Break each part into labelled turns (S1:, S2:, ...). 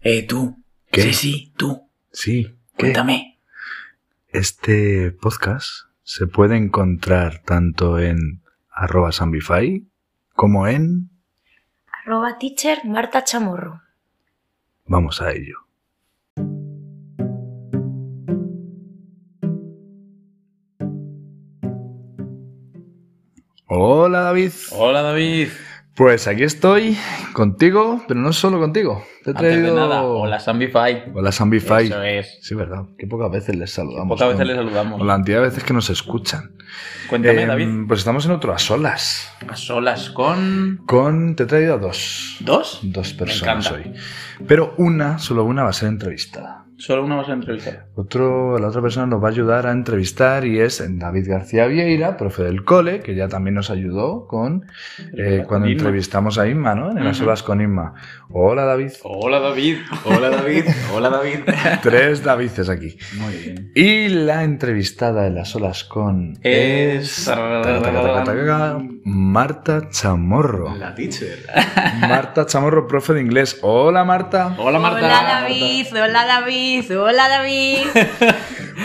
S1: Eh, tú.
S2: ¿Qué?
S1: Sí, sí, tú.
S2: Sí. ¿qué?
S1: Cuéntame.
S2: Este podcast se puede encontrar tanto en arroba Sambify como en...
S3: Arroba teacher Marta Chamorro.
S2: Vamos a ello. Hola David.
S1: Hola, David.
S2: Pues aquí estoy contigo, pero no solo contigo. Te he
S1: Antes
S2: traído...
S1: de nada, hola, Zombify.
S2: Hola Sambify.
S1: Eso es.
S2: Sí, verdad. Qué pocas veces les saludamos.
S1: Pocas veces
S2: ¿no?
S1: le saludamos.
S2: Con La cantidad de veces que nos escuchan.
S1: Cuéntame,
S2: Eh,
S1: David.
S2: Pues estamos en otro a solas.
S1: A solas con.
S2: Con. Te he traído a dos.
S1: ¿Dos?
S2: Dos personas hoy.
S1: encanta.
S2: Pero una, solo una, va a ser entrevistada.
S1: Solo una vas a entrevistar.
S2: Otro, la otra persona nos va a ayudar a entrevistar y es David García Vieira, profe del cole, que ya también nos ayudó con eh, cuando
S1: Inma.
S2: entrevistamos a Inma, ¿no? En el A
S1: Ujú.
S2: solas con Inma. Hola David.
S1: Hola, David. Hola, David. Hola, David.
S2: Tres Davices aquí.
S1: Muy bien.
S2: Y la entrevistada de las olas con
S1: Es-
S2: Taca, taca, taca, taca, Marta Chamorro.
S4: La teacher.
S2: Marta Chamorro, profe de inglés. Hola Marta.
S1: Hola, Marta.
S3: Hola David, hola David, hola David.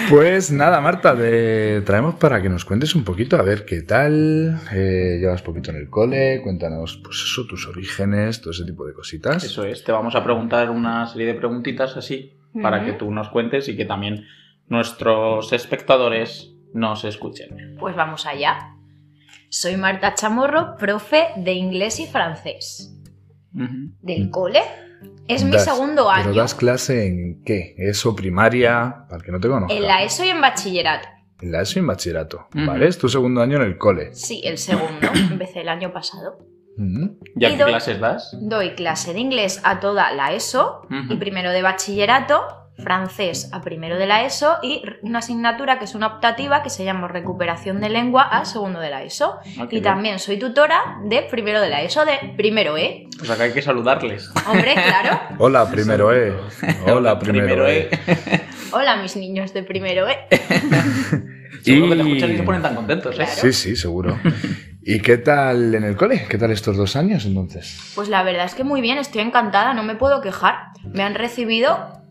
S2: Pues nada, Marta, te traemos para que nos cuentes un poquito, a ver qué tal. Eh, llevas poquito en el cole, cuéntanos, pues eso, tus orígenes, todo ese tipo de cositas.
S1: Eso es, te vamos a preguntar una serie de preguntitas así para
S3: Ujú.
S1: que tú nos cuentes y que también nuestros espectadores nos escuchen.
S3: Pues vamos allá. Soy Marta Chamorro, profe de inglés y francés.
S1: Ujú.
S3: ¿Del cole? Es mi
S2: Mm. Das-
S3: segundo año.
S2: ¿Pero das clase en qué? ¿Eso primaria? Para el que no te conozca.
S3: En la E. ESO y en bachillerato.
S2: En la ESO y en bachillerato.
S1: Ujú.
S2: ¿Vale? Es tu segundo año en el cole.
S3: Sí, el segundo. Empecé el año pasado.
S2: Ujú.
S1: ¿Ya
S3: Y
S1: qué
S3: doy-
S1: clases das? Ah,
S3: Doy clase de inglés a toda la ESO
S1: Ujú.
S3: y primero de bachillerato, francés a primero de la ESO y r- una asignatura que es una optativa que se llama recuperación de lengua a segundo de la ESO.
S1: Ah, qué
S3: Y
S1: bien.
S3: también soy tutora de primero de la ESO, de primero E.
S1: O sea que hay que saludarles.
S3: Hombre, claro.
S2: Hola, primero E. Hola,
S1: eh,
S2: primero E.
S3: Hola, mis niños de primero E.
S1: Seguro que te
S2: Y-
S1: escuchan y se ponen tan contentos, ¿eh?
S2: Sí, sí, seguro. ¿Y qué tal en el cole? ¿Qué tal estos dos años entonces?
S3: Pues la verdad es que muy bien, estoy encantada, no me puedo quejar. Me han recibido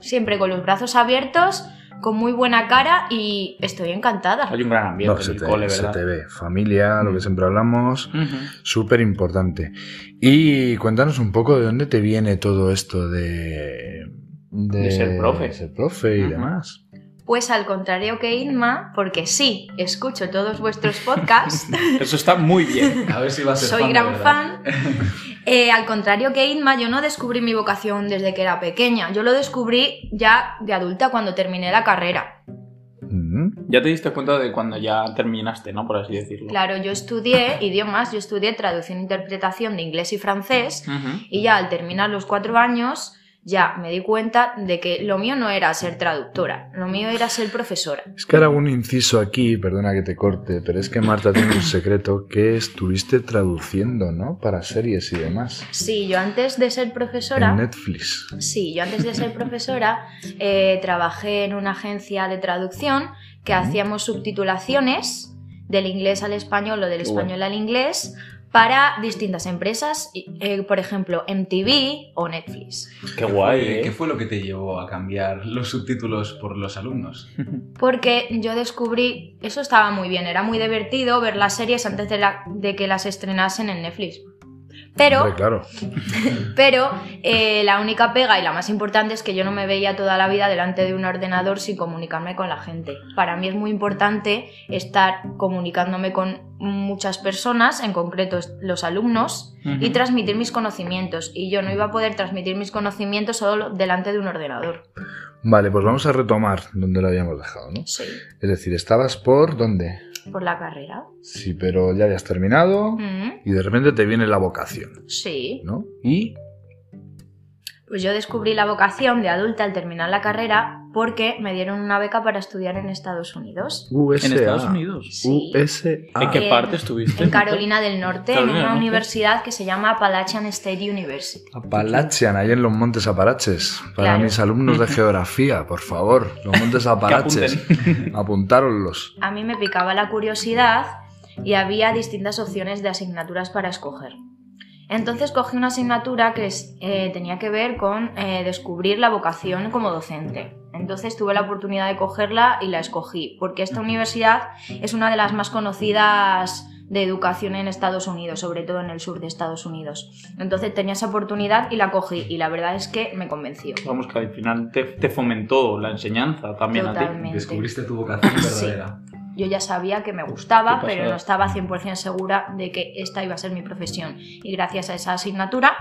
S3: siempre con los brazos abiertos, con muy buena cara y estoy encantada.
S1: Hay un gran ambiente
S2: No,
S1: en
S2: se
S1: el
S2: te,
S1: cole,
S2: se
S1: ¿verdad? Mm.
S2: te ve. Familia, lo que siempre hablamos,
S1: Ujú.
S2: súper importante. Y cuéntanos un poco de dónde te viene todo esto de...
S1: De ser profe.
S2: de ser profe y
S1: Ujú.
S2: demás.
S3: Pues al contrario que Inma, porque sí, escucho todos vuestros podcasts,
S1: Eso está muy bien.
S4: A ver si va a ser
S3: soy
S4: fan de
S3: gran
S4: verdad.
S3: fan. Eh, al contrario que Inma, yo no descubrí mi vocación desde que era pequeña, yo lo descubrí ya de adulta cuando terminé la carrera.
S2: Ujú.
S1: Ya te diste cuenta de cuando ya terminaste, ¿no? Por así decirlo.
S3: Claro, yo estudié idiomas, yo estudié traducción e interpretación de inglés y francés
S1: Ujú.
S3: y ya al terminar los cuatro años ya me di cuenta de que lo mío no era ser traductora, lo mío era ser profesora.
S2: Es que ahora un inciso aquí, perdona que te corte, pero es que Marta tiene un secreto que estuviste traduciendo, ¿no? Para series y demás.
S3: Sí, yo antes de ser
S2: En
S3: profesora,
S2: Netflix.
S3: sí, yo antes de ser profesora eh, trabajé en una agencia de traducción que hacíamos subtitulaciones del inglés al español o del
S1: Qué bueno.
S3: español al inglés para distintas empresas, y, eh, por ejemplo, MTV o Netflix.
S1: Qué guay,
S4: Oye,
S1: ¿eh?
S4: ¿Qué fue lo que te llevó a cambiar los subtítulos por los alumnos?
S3: porque yo descubrí, eso estaba muy bien, era muy divertido ver las series antes de, la- de que las estrenasen en Netflix.
S2: Hombre,
S3: Pero,
S2: claro.
S3: pero eh, la única pega y la más importante es que yo no me veía toda la vida delante de un ordenador sin comunicarme con la gente. Para mí es muy importante estar comunicándome con muchas personas, en concreto est- los alumnos,
S1: Ujú.
S3: y transmitir mis conocimientos. Y yo no iba a poder transmitir mis conocimientos solo delante de un ordenador.
S2: Vale, pues vamos a retomar donde lo habíamos dejado, ¿no?
S3: Sí,
S2: Es decir, estabas por dónde?
S3: por la carrera.
S2: Sí, pero ya habías terminado
S3: Mm,
S2: y de repente te viene la vocación,
S3: sí.
S2: ¿no? Y
S3: Pues yo descubrí la vocación de adulta al terminar la carrera porque me dieron una beca para estudiar en Estados Unidos.
S2: USA.
S1: En Estados Unidos.
S3: Sí.
S2: USA.
S1: ¿En qué
S3: Eh,
S1: parte estuviste?
S3: En Carolina del Norte, en
S1: Carolina del
S3: una
S1: Norte.
S3: universidad que se llama Appalachian State University.
S2: Apalachian, ahí en los Montes Aparaches. Para
S3: Claro.
S2: mis alumnos de geografía, por favor, los Montes Aparaches. Apuntároslos.
S3: A mí me picaba la curiosidad y había distintas opciones de asignaturas para escoger. Entonces cogí una asignatura que es- eh, tenía que ver con eh, descubrir la vocación como docente. Entonces tuve la oportunidad de cogerla y la escogí, porque esta universidad es una de las más conocidas de educación en Estados Unidos, sobre todo en el sur de Estados Unidos. Entonces tenía esa oportunidad y la cogí y la verdad es que me convenció.
S1: Vamos, que al final te, te fomentó la enseñanza también a ti.
S3: Totalmente.
S4: Descubriste tu vocación
S3: Sí.
S4: verdadera.
S3: Yo ya sabía que me
S1: Qué
S3: gustaba,
S1: pasada.
S3: pero no estaba 100% segura de que esta iba a ser mi profesión. Y gracias a esa asignatura,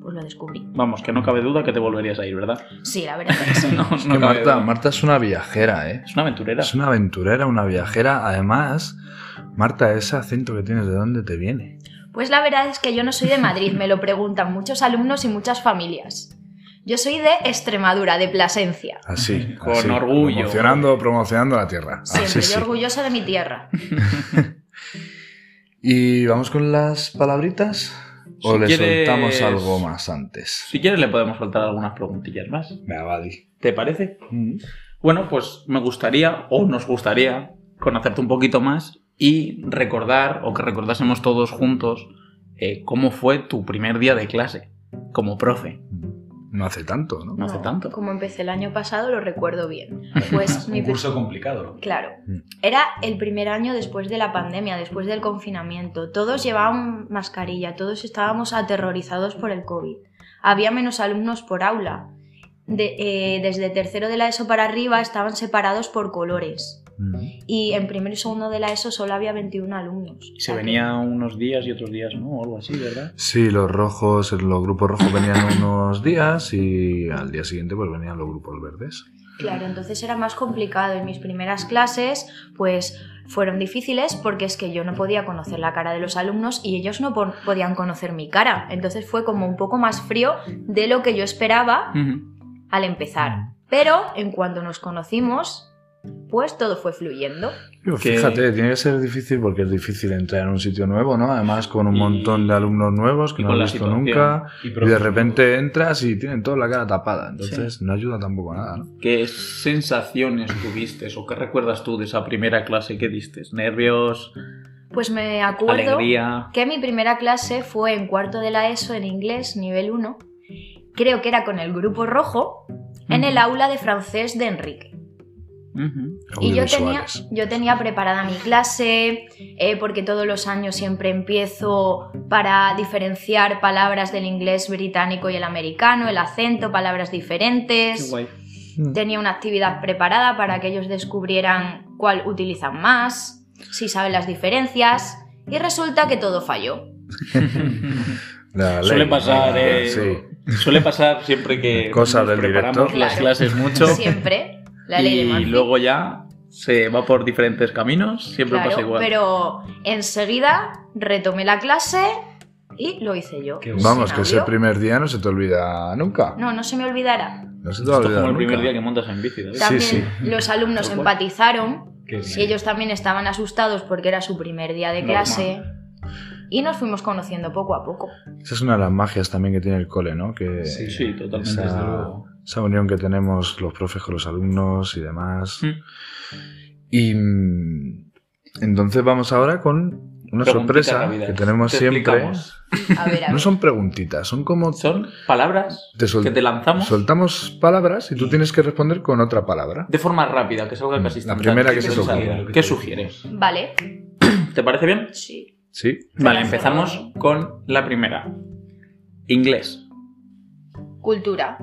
S3: pues lo descubrí.
S1: Vamos, que no cabe duda que te volverías a ir, ¿verdad?
S3: Sí, la verdad es que sí.
S1: No, no
S2: Es que
S1: cabe
S2: Marta,
S1: duda.
S2: Marta es una viajera, ¿eh?
S1: Es una aventurera.
S2: Es una aventurera, una viajera. Además, Marta, ese acento que tienes, ¿de dónde te viene?
S3: Pues la verdad es que yo no soy de Madrid, me lo preguntan muchos alumnos y muchas familias. Yo soy de Extremadura, de Plasencia.
S2: Así.
S1: Con
S2: así,
S1: orgullo.
S2: Promocionando, promocionando la tierra.
S3: Siempre
S2: Así, Ah, sí.
S3: yo orgullosa de mi tierra.
S2: Y vamos con las palabritas. O
S1: Si
S2: le
S1: quieres-
S2: soltamos algo más antes.
S1: Si quieres le podemos soltar algunas preguntillas más.
S2: Venga, va, di. Mm.
S1: ¿Te parece? Bueno, pues me gustaría, o nos gustaría, conocerte un poquito más y recordar, o que recordásemos todos juntos, eh, cómo fue tu primer día de clase como profe.
S2: No hace tanto, ¿no?
S1: No hace tanto.
S3: Como empecé el año pasado, lo recuerdo bien. Pues mi
S4: Un curso complicado.
S3: Claro.
S2: Mm.
S3: Era el primer año después de la pandemia, después del confinamiento. Todos llevaban mascarilla, todos estábamos aterrorizados por el COVID. Había menos alumnos por aula. De- eh, desde tercero de la ESO para arriba estaban separados por colores.
S2: Mm.
S3: Y en primero y segundo de la ESO solo había 21 alumnos.
S1: Y se
S3: O sea que-
S1: venía unos días y otros días no, o algo así, ¿verdad?
S2: Sí, los rojos, los grupos rojos venían unos días y al día siguiente pues venían los grupos verdes.
S3: Claro, entonces era más complicado. En mis primeras clases, pues fueron difíciles porque es que yo no podía conocer la cara de los alumnos y ellos no pon- podían conocer mi cara. Entonces fue como un poco más frío de lo que yo esperaba
S1: Ujú.
S3: al empezar. Pero en cuanto nos conocimos, pues todo fue fluyendo.
S2: Yo,
S1: Que-
S2: Fíjate, tiene que ser difícil porque es difícil entrar en un sitio nuevo, ¿no? Además con un
S1: Y-
S2: montón de alumnos nuevos que
S1: y
S2: no
S1: con
S2: has
S1: la
S2: visto
S1: situación.
S2: nunca
S4: Y,
S2: y de
S4: profe-
S2: repente entras y tienen toda la cara tapada, entonces no ayuda tampoco a nada, ¿no?
S1: ¿Qué sensaciones tuviste o qué recuerdas tú de esa primera clase que diste? ¿Nervios?
S3: Pues me acuerdo
S1: ¿Alegría?
S3: que mi primera clase fue en cuarto de la ESO en inglés, nivel 1. Creo que era con el grupo rojo, en el aula de francés de Enrique.
S1: Ujú.
S3: Y yo tenía,
S2: Audiovisuales.
S3: yo tenía preparada mi clase, eh, porque todos los años siempre empiezo para diferenciar palabras del inglés británico y el americano, el acento, palabras
S1: Qué
S3: diferentes.
S1: guay.
S3: Tenía una actividad preparada para que ellos descubrieran cuál utilizan más, si saben las diferencias, y resulta que todo falló.
S2: La
S1: Suele
S2: ley,
S1: pasar,
S2: ¿no?
S1: eh,
S2: Sí.
S1: Suele pasar siempre que
S2: Cosa
S1: nos
S2: del
S1: preparamos
S2: director.
S1: las
S3: Claro.
S1: clases mucho
S3: Siempre, la ley de
S1: y
S3: Murphy.
S1: luego ya se va por diferentes caminos, siempre
S3: Claro,
S1: pasa igual.
S3: pero enseguida retomé la clase y lo hice yo.
S4: Qué
S3: Sin
S2: Vamos, que ese
S3: audio.
S2: primer día no se te olvida nunca.
S3: No, no se me olvidará.
S2: No se te
S1: Esto es
S2: olvida
S1: como el
S2: nunca.
S1: primer día que montas en bici, David.
S2: Sí,
S3: También
S2: sí.
S3: los alumnos
S1: Tal cual.
S3: empatizaron
S4: Qué bien.
S3: y ellos también estaban asustados porque era su primer día de
S1: Normal.
S3: clase. Y nos fuimos conociendo poco a poco.
S2: Esa es una de las magias también que tiene el cole, ¿no? Que
S4: Sí,
S1: Sí, totalmente.
S4: Desde
S2: Esa-
S4: luego.
S2: esa unión que tenemos los profes con los alumnos y demás.
S1: Mm.
S2: Y mm, entonces vamos ahora con una
S1: Preguntitas
S2: sorpresa
S1: rápidas.
S2: que tenemos
S1: Te
S2: siempre.
S1: explicamos.
S3: A ver, a
S2: No
S3: ver.
S2: son preguntitas, son como
S1: Son palabras
S2: Te sol-
S1: que te Mm. lanzamos
S2: soltamos palabras y tú tienes que responder con otra palabra.
S1: de forma rápida, que salga casi
S2: La
S1: instantáneo.
S2: primera que
S1: ¿Qué
S2: se te
S1: pensarías?
S4: ocurra.
S1: ¿Qué sugieres?
S3: Vale,
S1: ¿Te parece bien?
S3: sí.
S2: Sí.
S1: Vale,
S3: Lanzo.
S1: empezamos con la primera. Inglés.
S3: Cultura,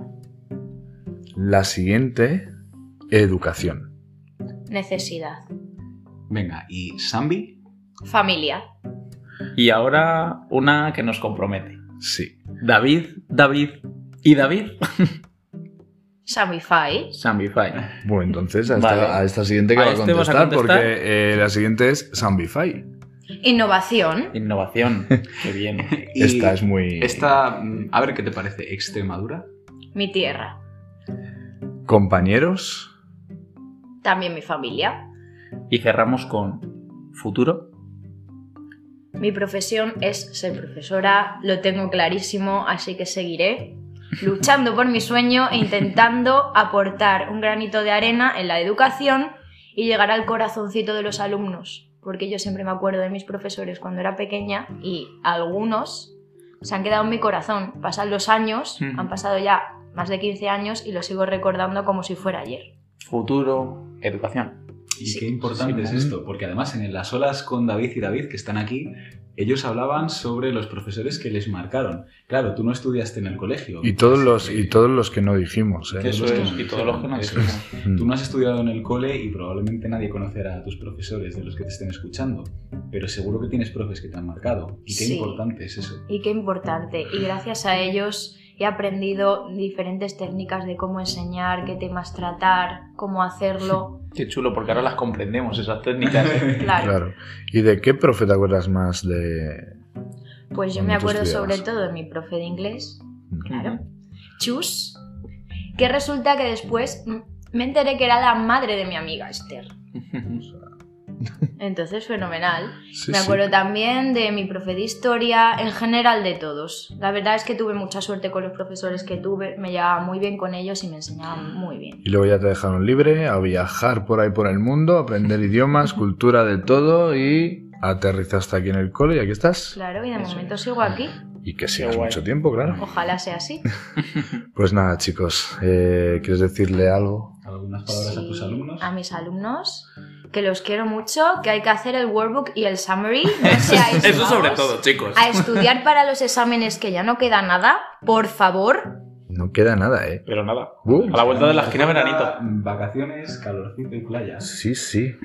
S2: La siguiente, educación.
S3: necesidad,
S4: Venga, ¿y Sambi?
S3: familia.
S1: Y ahora una que nos compromete.
S2: Sí.
S1: David, David y David.
S3: Samify,
S1: Samify.
S2: Bueno, entonces a, esta,
S1: Vale.
S2: a esta siguiente que
S1: A
S2: va
S1: este vas a
S2: a contestar
S1: contestar.
S2: porque eh, la siguiente es Zambify.
S3: innovación,
S1: Innovación. Qué bien.
S4: Y
S2: Esta es muy
S4: esta, mm, a ver qué te parece, Extremadura.
S3: mi tierra,
S2: compañeros,
S3: también mi familia.
S1: Y cerramos con futuro.
S3: Mi profesión es ser profesora, lo tengo clarísimo, así que seguiré luchando por mi sueño e intentando aportar un granito de arena en la educación y llegar al corazoncito de los alumnos, porque yo siempre me acuerdo de mis profesores cuando era pequeña y algunos se han quedado en mi corazón. Pasan los años,
S1: Ujú.
S3: han pasado ya más de 15 años y lo sigo recordando como si fuera ayer.
S1: Futuro, educación.
S4: Y
S3: Sí.
S4: qué importante
S2: Sí, ¿eh? muy.
S4: es esto, porque además en las olas con David y David, que están aquí, ellos hablaban sobre los profesores que les marcaron. Claro, tú no estudiaste en el colegio.
S2: Y todos
S4: Pues,
S2: los,
S4: eh,
S2: y todos los que no dijimos, ¿eh?
S1: Eso
S4: los que
S1: es,
S4: no
S1: y todos los que no
S4: eso es.
S1: dijimos.
S2: Mm.
S4: Tú no has estudiado en el cole y probablemente nadie conocerá a tus profesores de los que te estén escuchando, pero seguro que tienes profes que te han marcado. Y qué
S3: Sí.
S4: importante es eso.
S3: Y qué importante. Y gracias a ellos he aprendido diferentes técnicas de cómo enseñar, qué temas tratar, cómo hacerlo.
S1: Qué chulo, porque ahora las comprendemos, esas técnicas. ¿eh?
S3: Claro.
S2: Claro. ¿Y de qué profe te acuerdas más de...?
S3: Pues yo
S2: Cuando tú
S3: me acuerdo
S2: estudiabas.
S3: sobre todo de mi profe de inglés, Claro. Chus, que resulta que después mm, me enteré que era la madre de mi amiga Esther. Entonces, fenomenal.
S2: Sí,
S3: me
S2: sí.
S3: acuerdo también de mi profe de historia, en general de todos. La verdad es que tuve mucha suerte con los profesores que tuve, me llevaba muy bien con ellos y me enseñaban muy bien.
S2: Y luego ya te dejaron libre a viajar por ahí por el mundo, a aprender idiomas, cultura de todo y aterrizaste aquí en el cole y aquí estás.
S3: Claro, y de
S1: Eso
S3: momento
S1: es.
S3: sigo aquí.
S2: Y que sigas
S1: guay.
S2: mucho tiempo, claro.
S3: Ojalá sea así.
S2: Pues nada, chicos, eh, ¿quieres decirle algo?
S4: ¿Algunas palabras a tus
S3: Sí,
S4: alumnos?
S3: a mis alumnos, que los quiero mucho, que hay que hacer el workbook y el summary. No seáis
S1: Eso sobre
S3: vagos.
S1: todo, chicos.
S3: a estudiar para los exámenes que ya no queda nada, por favor.
S2: No queda nada, ¿eh?
S1: Pero nada,
S2: Uh,
S1: a la vuelta de la esquina veranito.
S4: Vacaciones, calorcito y playa.
S2: sí, sí.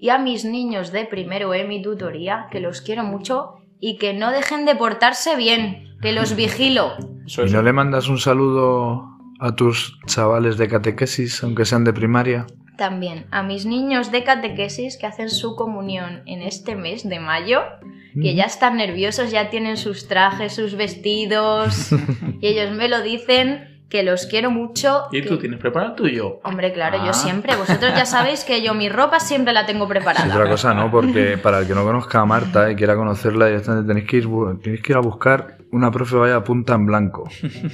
S3: Y a mis niños de primero E, mi tutoría, que los quiero mucho y que no dejen de portarse bien, que los vigilo.
S1: Eso
S2: ¿Y
S1: es.
S2: no le mandas un saludo a tus chavales de catequesis, aunque sean de primaria?
S3: También a mis niños de catequesis que hacen su comunión en este mes de mayo, que ya están nerviosos, ya tienen sus trajes, sus vestidos, y ellos me lo dicen, que los quiero mucho.
S1: ¿Y
S3: que-
S1: tú tienes preparado el tuyo?
S3: Hombre, claro,
S1: Ah.
S3: yo siempre, vosotros ya sabéis que yo mi ropa siempre la tengo
S2: Sí,
S3: preparada.
S2: otra cosa no, porque para el que no conozca a Marta y quiera conocerla directamente, tenéis que ir, bu- tenéis que ir a buscar una profe vaya punta en blanco.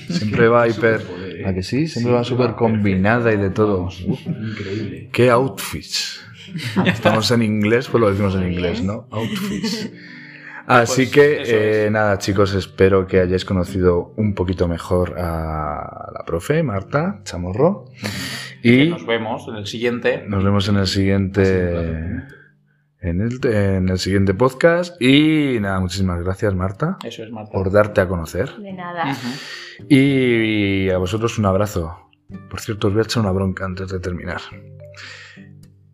S2: Siempre va hiper.
S4: Superpoder, ¿eh?
S2: ¿A que sí? Siempre va súper
S4: perfecto.
S2: combinada y de todo.
S4: Vamos, Increíble.
S2: ¿Qué outfits? Estamos en inglés, pues lo decimos en
S3: Muy
S2: inglés,
S3: bien.
S2: ¿no? Outfits. Así
S1: Pues eso
S2: que, eh,
S1: es.
S2: nada, chicos, espero que hayáis conocido un poquito mejor a la profe Marta Chamorro.
S1: Que
S2: Y
S1: nos vemos en el siguiente.
S2: nos vemos en el siguiente.
S4: Claro.
S2: en el, en el siguiente podcast. Y nada, muchísimas gracias, Marta,
S1: Eso es, Marta.
S2: por darte a conocer.
S3: De nada.
S1: Ujú.
S2: Y, a vosotros un abrazo. Por cierto, os voy a echar una bronca antes de terminar.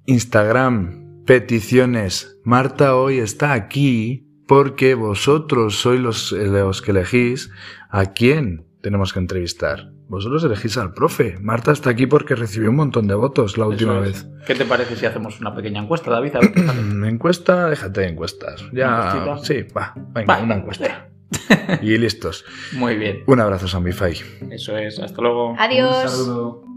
S2: Instagram, peticiones. Marta hoy está aquí porque vosotros sois los, eh, los que elegís a quién tenemos que entrevistar. Vosotros elegís al profe. Marta está aquí porque recibió un montón de votos la última
S1: Eso
S2: vez.
S1: es. ¿Qué te parece si hacemos una pequeña encuesta, David? A ver qué tal.
S2: Mm, Encuesta, déjate de encuestas. Ya,
S1: ¿Una encuestita?
S2: sí, va, venga,
S1: Va.
S2: una encuesta. y listos.
S1: Muy bien.
S2: Un abrazo, Zombify.
S1: Eso es. Hasta luego.
S3: Adiós.
S4: Un saludo.